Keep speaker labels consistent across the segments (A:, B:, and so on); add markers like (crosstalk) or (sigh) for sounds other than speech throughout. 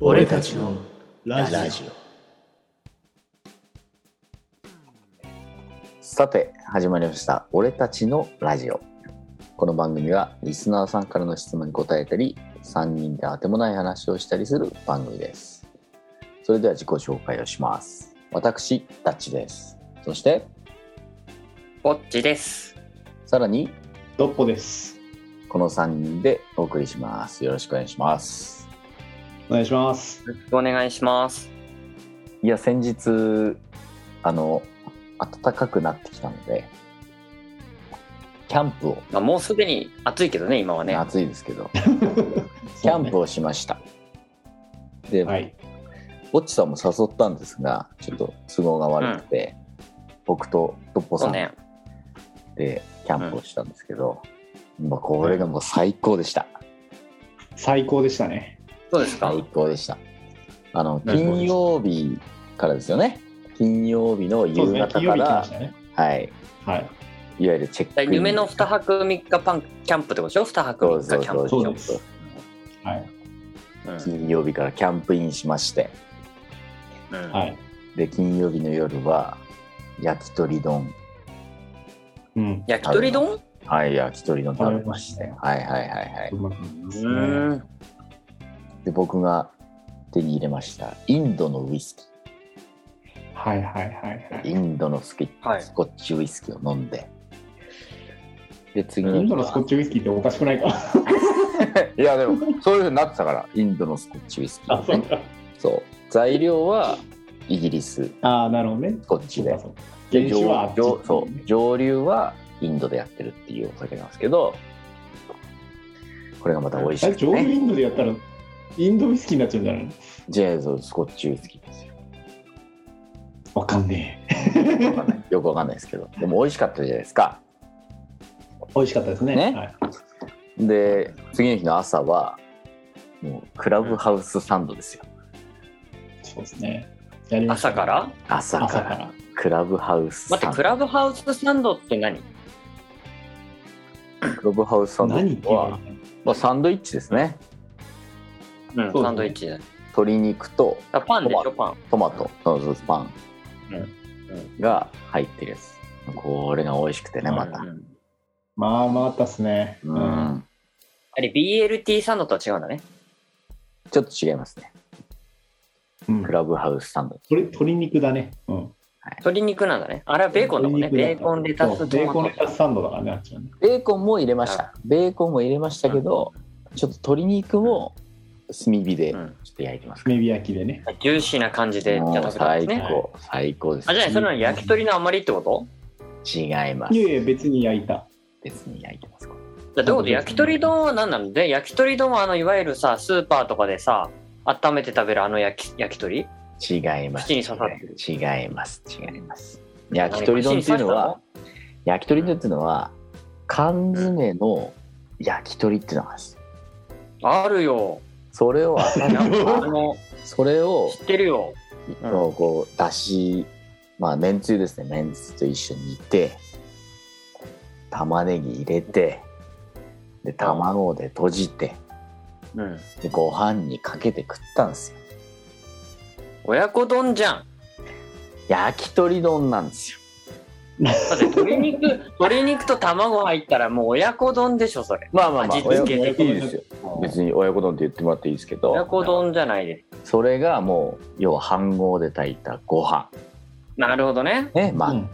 A: 俺たちのラジオ
B: さて始まりました「俺たちのラジオ」この番組はリスナーさんからの質問に答えたり3人で当てもない話をしたりする番組ですそれでは自己紹介をします私タッチですそして
C: ぼっちです。
B: さらに
A: どっこです
B: この3人でお送りしますよろしくお願いします
A: お願いします
C: よろしくお願いします。
B: いや先日あの暖かくなってきたのでキャンプを、
C: まあ、もうすでに暑いけどね、今はね。
B: 暑いです (laughs) けど
A: キ
B: キャンプをしましたで、
A: はい
B: ぼっちさんも誘ったんですがちょっと都合が悪くて、僕とトッポ
C: そ
B: さ
C: うんね。
B: でキャンプをしたんですけど、まあ、これがもう最高でした
A: 最高でしたね
C: そうですか。
B: 最高でしたあの
A: なるほど
B: 金曜日からですよね金曜日の
A: そう
B: 夕
A: ですね
B: 方
A: 金曜
B: か
A: 日来ま
B: ら
A: し、たね
B: はい
A: はい
B: いわゆるチェックイン
C: 夢の2泊3日パンキャンプってことでしょ ?2 泊
B: そうそう
C: 3日キャン
B: そ
C: プ
B: う
C: でしょ
A: そうですはい
B: 金曜日からキャンプインしまして
C: うんうん
A: はい
B: で金曜日の夜は焼き鳥丼
A: うん
C: 焼き鳥丼
B: はい焼き鳥丼食べまして
A: 食べ
B: はいはいはいはいう
A: まくいきます
C: う
A: ね
C: ーん。
B: で僕が手に入れましたインドのウイスキー
A: はいはいはいはい
B: インドのスキ
C: はい
B: スコッチウイスキーを飲んで、で次
A: インドのスコッ
B: ッ
A: チウイスキーっておかしくないか
B: チいやでもそういうふうになってたからインドのスコッチウイスキ
A: あ
B: ー、
A: そう
B: ね、
A: か
B: そう材料はイギリスス
A: ああなるほどね
B: コッチ
A: そう
B: で
A: かそうか
B: で
A: 原酒はあ
B: 上
A: っち
B: 上そう上流はインドでやってるっていうお酒なんですけどこれがまた美味し
A: あれ
B: くて、
A: 上流イ
B: ね、
A: ンドでやったらインドウイスキーになっちゃうんじゃないの
B: ジェーズスコッチウイスキーですよ
A: わかんねえ
B: わかんないよくわかんないですけどでも美味しかったじゃないですか
A: 美味しかったですね
B: ね
A: はい
B: で次の日の朝はもうクラブハウスサンドですよ、
A: そうですねやりました
C: 朝から
B: 朝
A: 朝
B: か
A: からら
B: クラブハウスサンド
C: 待って、クラブハウスサンドって何
B: クラブハウスサンド
A: 何っていう
B: は
A: の、
B: まあ、サンドイッチですね
C: うん、
A: そう
C: サンドイッチだ。
B: 鶏肉と
C: あパンでしょ、パン。
B: トマトのズパン
C: うん
B: が入ってるやつこれが美味しくてねまた
C: うんうん
A: まあまたっすね
B: うん、
C: あれ、BLT サンドとは違うんだね。
B: ちょっと違いますね
A: うん
B: クラブハウスサンド
A: これ鶏肉だね。うん。
C: 鶏肉なんだね。あれはベーコンだもんね。
A: 鶏
C: ベ
A: 肉だか
C: ーコ
A: ら
C: ン、レタ
A: そう
C: ス、
A: ベ
C: ト
A: ー
C: マ
A: コン
C: ト
A: レ。タスサンドだからね、あっちはね。
B: ベーコンも入れましたベーコンも入れましたけどちょっと鶏肉も炭火でち
C: う
B: ょ
C: ん
B: っと焼いてます
A: 炭火焼きでね。
C: ジューシーな感じでい
B: も
C: ただ
B: う
C: くんで
B: 最
C: すね。
B: 高最高です
C: あ、じゃあ、それは焼き鳥の余りってこと
B: 違います
A: いえいえ、別に焼いた。
B: 別に焼いてますこれ
C: じゃあどういうこと焼き鳥丼は何なので焼き鳥丼はあのいわゆるさスーパーとかでさ温めて食べるあの焼き焼き鳥
B: 違います、
C: 口に刺さってる
B: 違います違います焼き鳥丼っていうの
C: 何
B: は焼き鳥丼っていうのは缶詰の焼き鳥っていうのがあるんです
C: あるよ
B: それ
C: (laughs)
B: を
C: あ
B: (laughs)
C: の
B: それを
C: 知ってるようん
B: こうだしまあめんつゆですねめんつゆと一緒に煮て玉ねぎ入れてで卵で閉じて
C: うん
B: でご飯にかけて食ったんですよ
C: 親子丼じゃん
B: 焼き鳥丼なんですよ
C: だって
B: (laughs)
C: 鶏肉鶏肉と卵入ったらもう親子丼でしょそれ
B: まあま
C: 味付け
B: 親
C: 的
B: 子いい
C: に
B: ですよ別に親子丼って言ってもらっていいですけど
C: 親子丼じゃないです
B: それがもう要は飯合で炊いたご飯
C: なるほどね
B: ね、
A: う
B: ま
A: ん。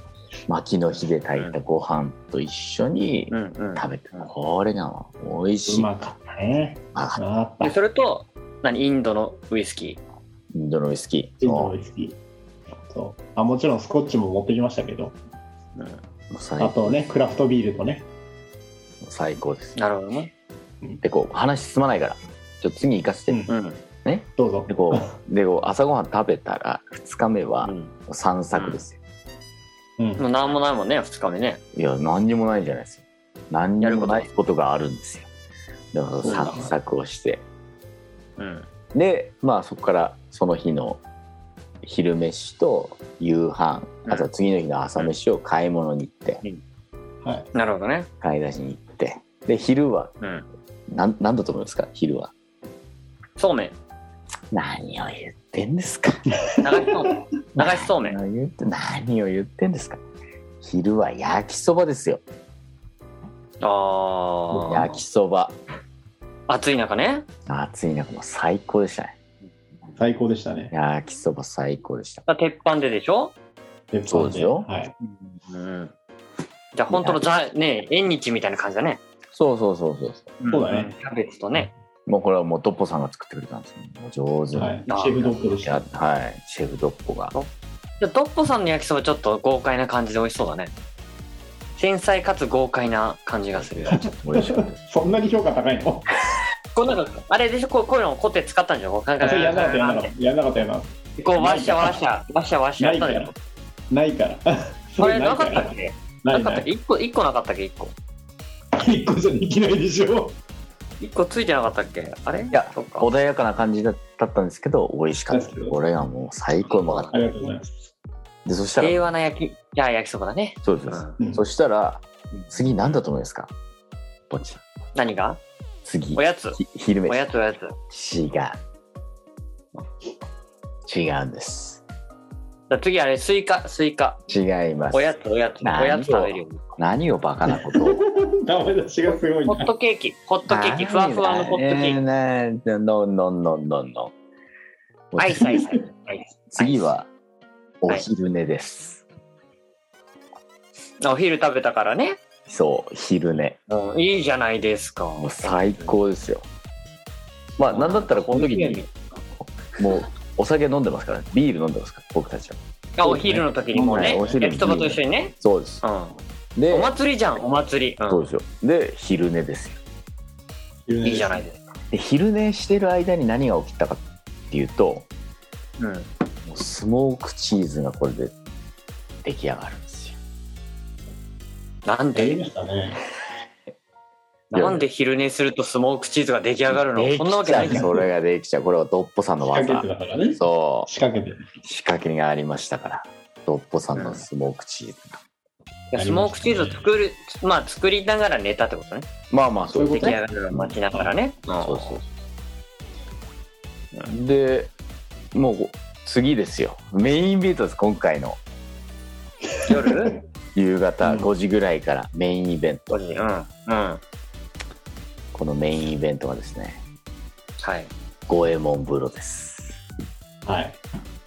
B: 薪の火で炊いたご飯と一緒に
C: うんうん
B: 食べて、
C: うん
B: これが美味し
A: う
B: い、
A: まかったね。
B: あ
A: うまか
C: で
A: った。
C: それと何インドのウイスキ
B: インドのウイスキー
A: インドのウイスキー。そう。あ、もちろんスコッチも持ってきましたけど、
C: ー、うん、
B: もう
A: あ
B: 最
A: とね、クラフトビールとね。
B: 最高です
C: なるほどね
B: でこう話進まないからちょっと次行かせて、
A: うん
C: うん
A: どうぞ
B: で。こうでこう朝ごはん食べたら2日目は
C: うん
B: 散策ですよ、
A: うん。
C: もう何もないもんね2日目ね
B: いや何にもないじゃないですよ何に
C: やる
B: も
C: こと
B: ないことがあるんですよだから
A: そうだ
B: 散策をして
C: うん
B: でまあそこからその日の昼飯と夕飯
C: うん
B: あとは次の日の朝飯を買い物に行って
A: はい。
C: なるほどね
B: 買い出しに行ってで昼は
C: うん
B: 何何だと思いますか昼は
C: そうめん
B: 何を言ってんですか
C: 流しそうめん。流しそうめ
A: (laughs)
C: ん。
B: 何を言って何を言ってんですか昼は焼きそばですよ
C: あ
B: 焼きそば
C: あ。暑い中ね。
B: 暑い中もう最高でしたね
A: 最高でしたね。
B: 焼きそば最高でした
C: 鉄板ででしょ
A: 鉄板
B: そうですよ
A: はい。
C: うん。じゃあ本当のざ、ね、縁日みたいな感じだね。
B: そうそうそうそうそ
A: そうだね
C: ん。キャベツとね。
B: うもうこれはもうドッポさんが作ってくれたんですよもう上手に、
A: はい
C: あー。
A: シェフドッグでし
B: や
A: た。
B: はいシェフドッポが
C: じゃあドッポさんの焼きそばちょっと豪快な感じで美味しそうだね。繊細かつ豪快な感じがする。
B: 美味しかったです
A: そんなに評価高い
C: (laughs)
A: の
C: こうなんかあれでしょこうこういうのをコテ使ったんじゃん。こう考え
A: あそれやんなかったやんなかったやんなかったやんなかっ
C: こうワッシャワッシ
A: (laughs)
C: ャワッシャワッシャ
A: た。
C: や
A: な
C: っ
A: い
C: た
A: か
C: んじゃ
A: らないから。
C: ん。。あ
A: そ
C: れ
A: れ
C: な
A: (laughs) な
C: か
A: か
C: っ
A: ったた
C: っけ
A: な
C: ないかった
A: な
C: っけ
A: い。
C: 一個一個なかったっけ一個。 (laughs)
A: 一個じゃできないでしょ。
C: 一個ついてなかったっけあれい
B: や
C: そっか。
B: 穏やかな感じだったんですけど美味しかったです
A: ですよ
B: これはもう最高うまかっ
A: ありがとうございます。
B: たでそしたら
C: 平和な焼き、いや焼きそばだね。
B: そうです、
A: うん
B: そしたら次何だと思いますかぼっち
C: 何が
B: 次
C: おやつ
B: ひ昼
C: おや
B: 飯
C: つおやつ。
B: 違う違うんです
C: じゃあ次あれ、スイカ、スイカ。
B: 違います
C: おやつ、おやつ。お
B: 何を
C: やつ食べるよ。
B: 何をバカなこと
C: (laughs)
B: を
A: ダメ出しがすごい
C: ホ
A: な
C: ッ。トケーキ、ホットケーキ、ふわふわのホットケーキ。
B: ーキノンノンノンノンノン
C: アイス、アイス、アイス。
B: 次はお昼寝です、
C: お昼食べたからね。
B: そう昼寝
C: うんいいじゃないですか。
B: もう最高ですよまあなんだったらこの時にもうお酒飲んでますからビール飲んでますから僕たちは
C: あお昼の時にもう
B: はい
C: ね
B: お、昼
C: 焼きそばと一緒にね。
B: そうです
C: うん。
B: で
C: お祭りじゃん、お祭り。
B: そう
C: う
B: ですよで昼寝ですよ
C: ん。いいじゃないですか。
B: で昼寝してる間に何が起きたかっていうと
C: うん。
B: もうスモークチーズがこれで出来上がるんですよ
C: なん
A: やり
C: で
A: ましたね。
C: なんで昼寝するとスモークチーズが出来上がるの
B: でき
C: そんなわけない
B: ち
C: じ
B: ゃう
C: ゃん。
B: それができちゃうこれはドッポさんの
A: 仕掛け
B: 技
A: てたからね。
B: そ
A: 仕掛けて。
B: う仕掛けがありましたからドッポさんのスモークチーズが、
C: いやスモークチーズ作る、まあ作りながら寝たってことね。
B: まあまあそう
A: そう
C: 出
A: いうこと
C: 来上がるのを待ちながらね。うん
B: そうそうそうでもう次ですよメインビートです今回の
C: 夜
B: 夕方
A: うん
B: 5時ぐらいからメインイベント、
C: ?5 時。うん。うん。
B: このメインイベントがですね
C: はい。
B: 五右衛門風呂です
A: はい。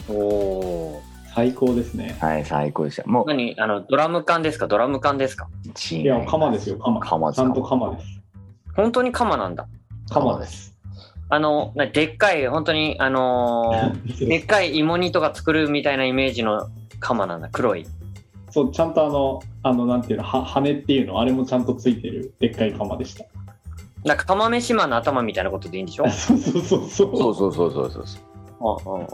C: おお。
A: 最高ですね。
B: はい最高でしたもう
C: 何あの、ドラム缶ですかドラム缶ですか
B: 一
A: いや、釜ですよ、釜。
B: 釜です
A: ちゃんと釜です。
C: 本当に鎌なんだ。
A: 釜です。
C: あの、なでっかい、本当に、あの (laughs) ーでっかい芋煮とか作るみたいなイメージの鎌なんだ。黒い。
A: (laughs) そう、ちゃんとあの、あの、なんていうの、は羽っていうの、あれもちゃんとついてる、でっかい釜でした。 (laughs)
C: なんか釜飯マンの頭みたいなことでいいんでしょ
A: そうそうそうそう。
B: そうそうそうそうそうそう
C: (laughs) うんうんうん。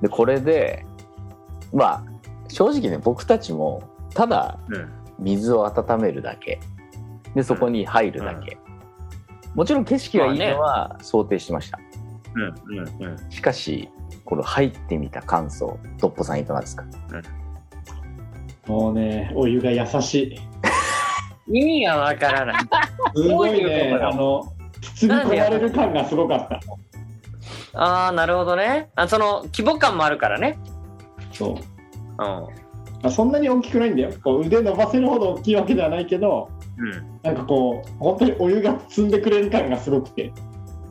B: でこれでまあ正直ね僕たちもただ
C: うん。
B: 水を温めるだけでそこに入るだけ、もちろん景色がいいのは想定してました、
C: うんうんうん。
B: しかしこの入ってみた感想トッポさんいかがですか
A: もうね、お湯が優しい。
C: 意味がわからない。
A: すごい
C: どういう
A: ね
C: こ、とだ
A: あの、包み込まれる感がすごかった。
C: ああ、なるほどね。あその、規模感もあるからね。
A: そう
C: うん。
A: あ。そんなに大きくないんだよ。こう腕伸ばせるほど大きいわけではないけど、
C: うん。
A: なんかこう、本当にお湯が包んでくれる感がすごくて。
C: へ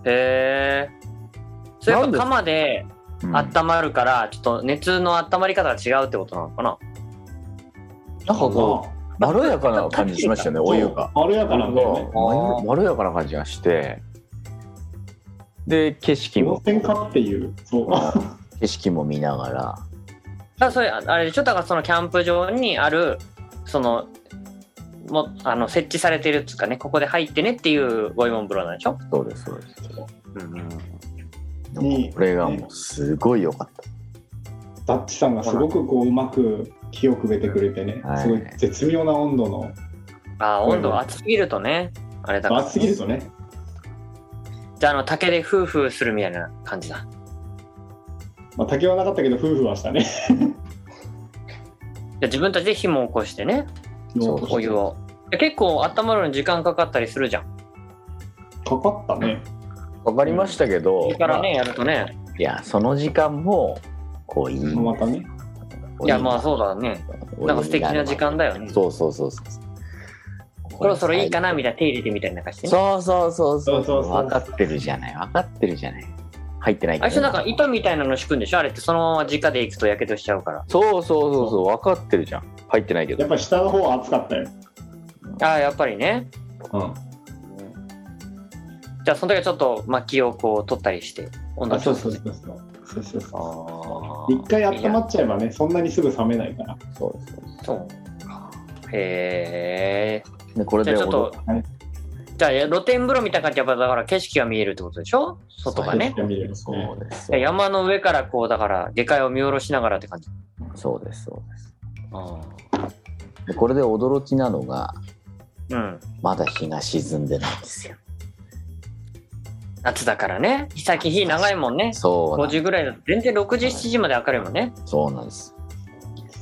C: え。そうい
B: な
C: えば
B: んで
C: 釜で温まるから、ちょっと熱の温まり方が違うってことなのかな。
B: なんかこ
A: う、
B: うまろやかな感じしましたよねお湯が。
A: まろやかなんだよね。
B: ままろやかな感じがしてで景色
A: 温
B: も
A: 泉かっていう、そう。
B: 景色も見ながら
C: だからそれああれでしょだからそのキャンプ場にあるそのもあの設置されてるっつうかねここで入ってねっていう五右衛門風呂なんでしょ、
B: そうですそうです
C: うん、
B: でもこれがもうすごい良かった
A: ダッチさんがすごくこううまく木をくべてくれてね、
B: はい
A: すごい絶妙な温度の
C: あー温度が熱すぎるとねあれだから
A: 暑すぎるとね
C: じゃああの竹でフーフーするみたいな感じだ
A: まあ、竹はなかったけど夫婦はしたね
C: で自分たちで火も起こしてね
B: そう
C: お湯をで結構温まるのに時間かかったりするじゃん
A: かかったね
B: わかりましたけど、
C: それから
B: まあ
C: ねやるとね
B: いやその時間もこういい
A: またね。
C: いやまあそうだねなんか素敵な時間だよね
B: そうそうそうそう
C: そろそろいいかなみたいな手入れてみたいな感じでね
B: そうそうそうそう
A: そうそうそう
B: 分かってるじゃない分かってるじゃない入ってない
C: あれ
B: ね
C: なんか糸みたいなの仕組んでしょあれってそのまま直で行くとやけどしちゃうから
B: そうそうそうそう分かってるじゃん入ってないけ
A: や
B: ど
A: っぱり下の方は暑かったよ。
C: ああやっぱりね
A: うん。
C: じゃあその時はちょっと薪をこう取ったりして温度
A: あ、
C: 調
A: そう
C: 節
A: そうそうそう。そうそうそう
B: あー
A: 一回温まっちゃえばね、そんなにすぐ冷めないから。
B: そうそう
C: そうかへえ
B: でこれ
C: じゃ
B: で
C: あちょっと
A: はい
C: じゃあ露天風呂みたいな感じやっぱだから景色が見えるってことでしょ外がね
A: 景色が見れる
B: そうです
C: で山の上からこうだから下界を見下ろしながらって感じ
B: そうですそうです
C: あ
B: でこれで驚きなのが
C: うん
B: まだ日が沈んでないんですよ
C: 夏だからね最近日長いもんね
B: そうなん
C: 5時ぐらいだと全然6時7時まで明るいもんね
B: そうなんです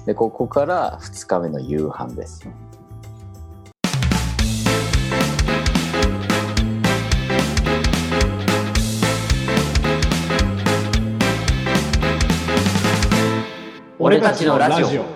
B: でここから2日目の夕飯です
C: 俺たちのラジオ。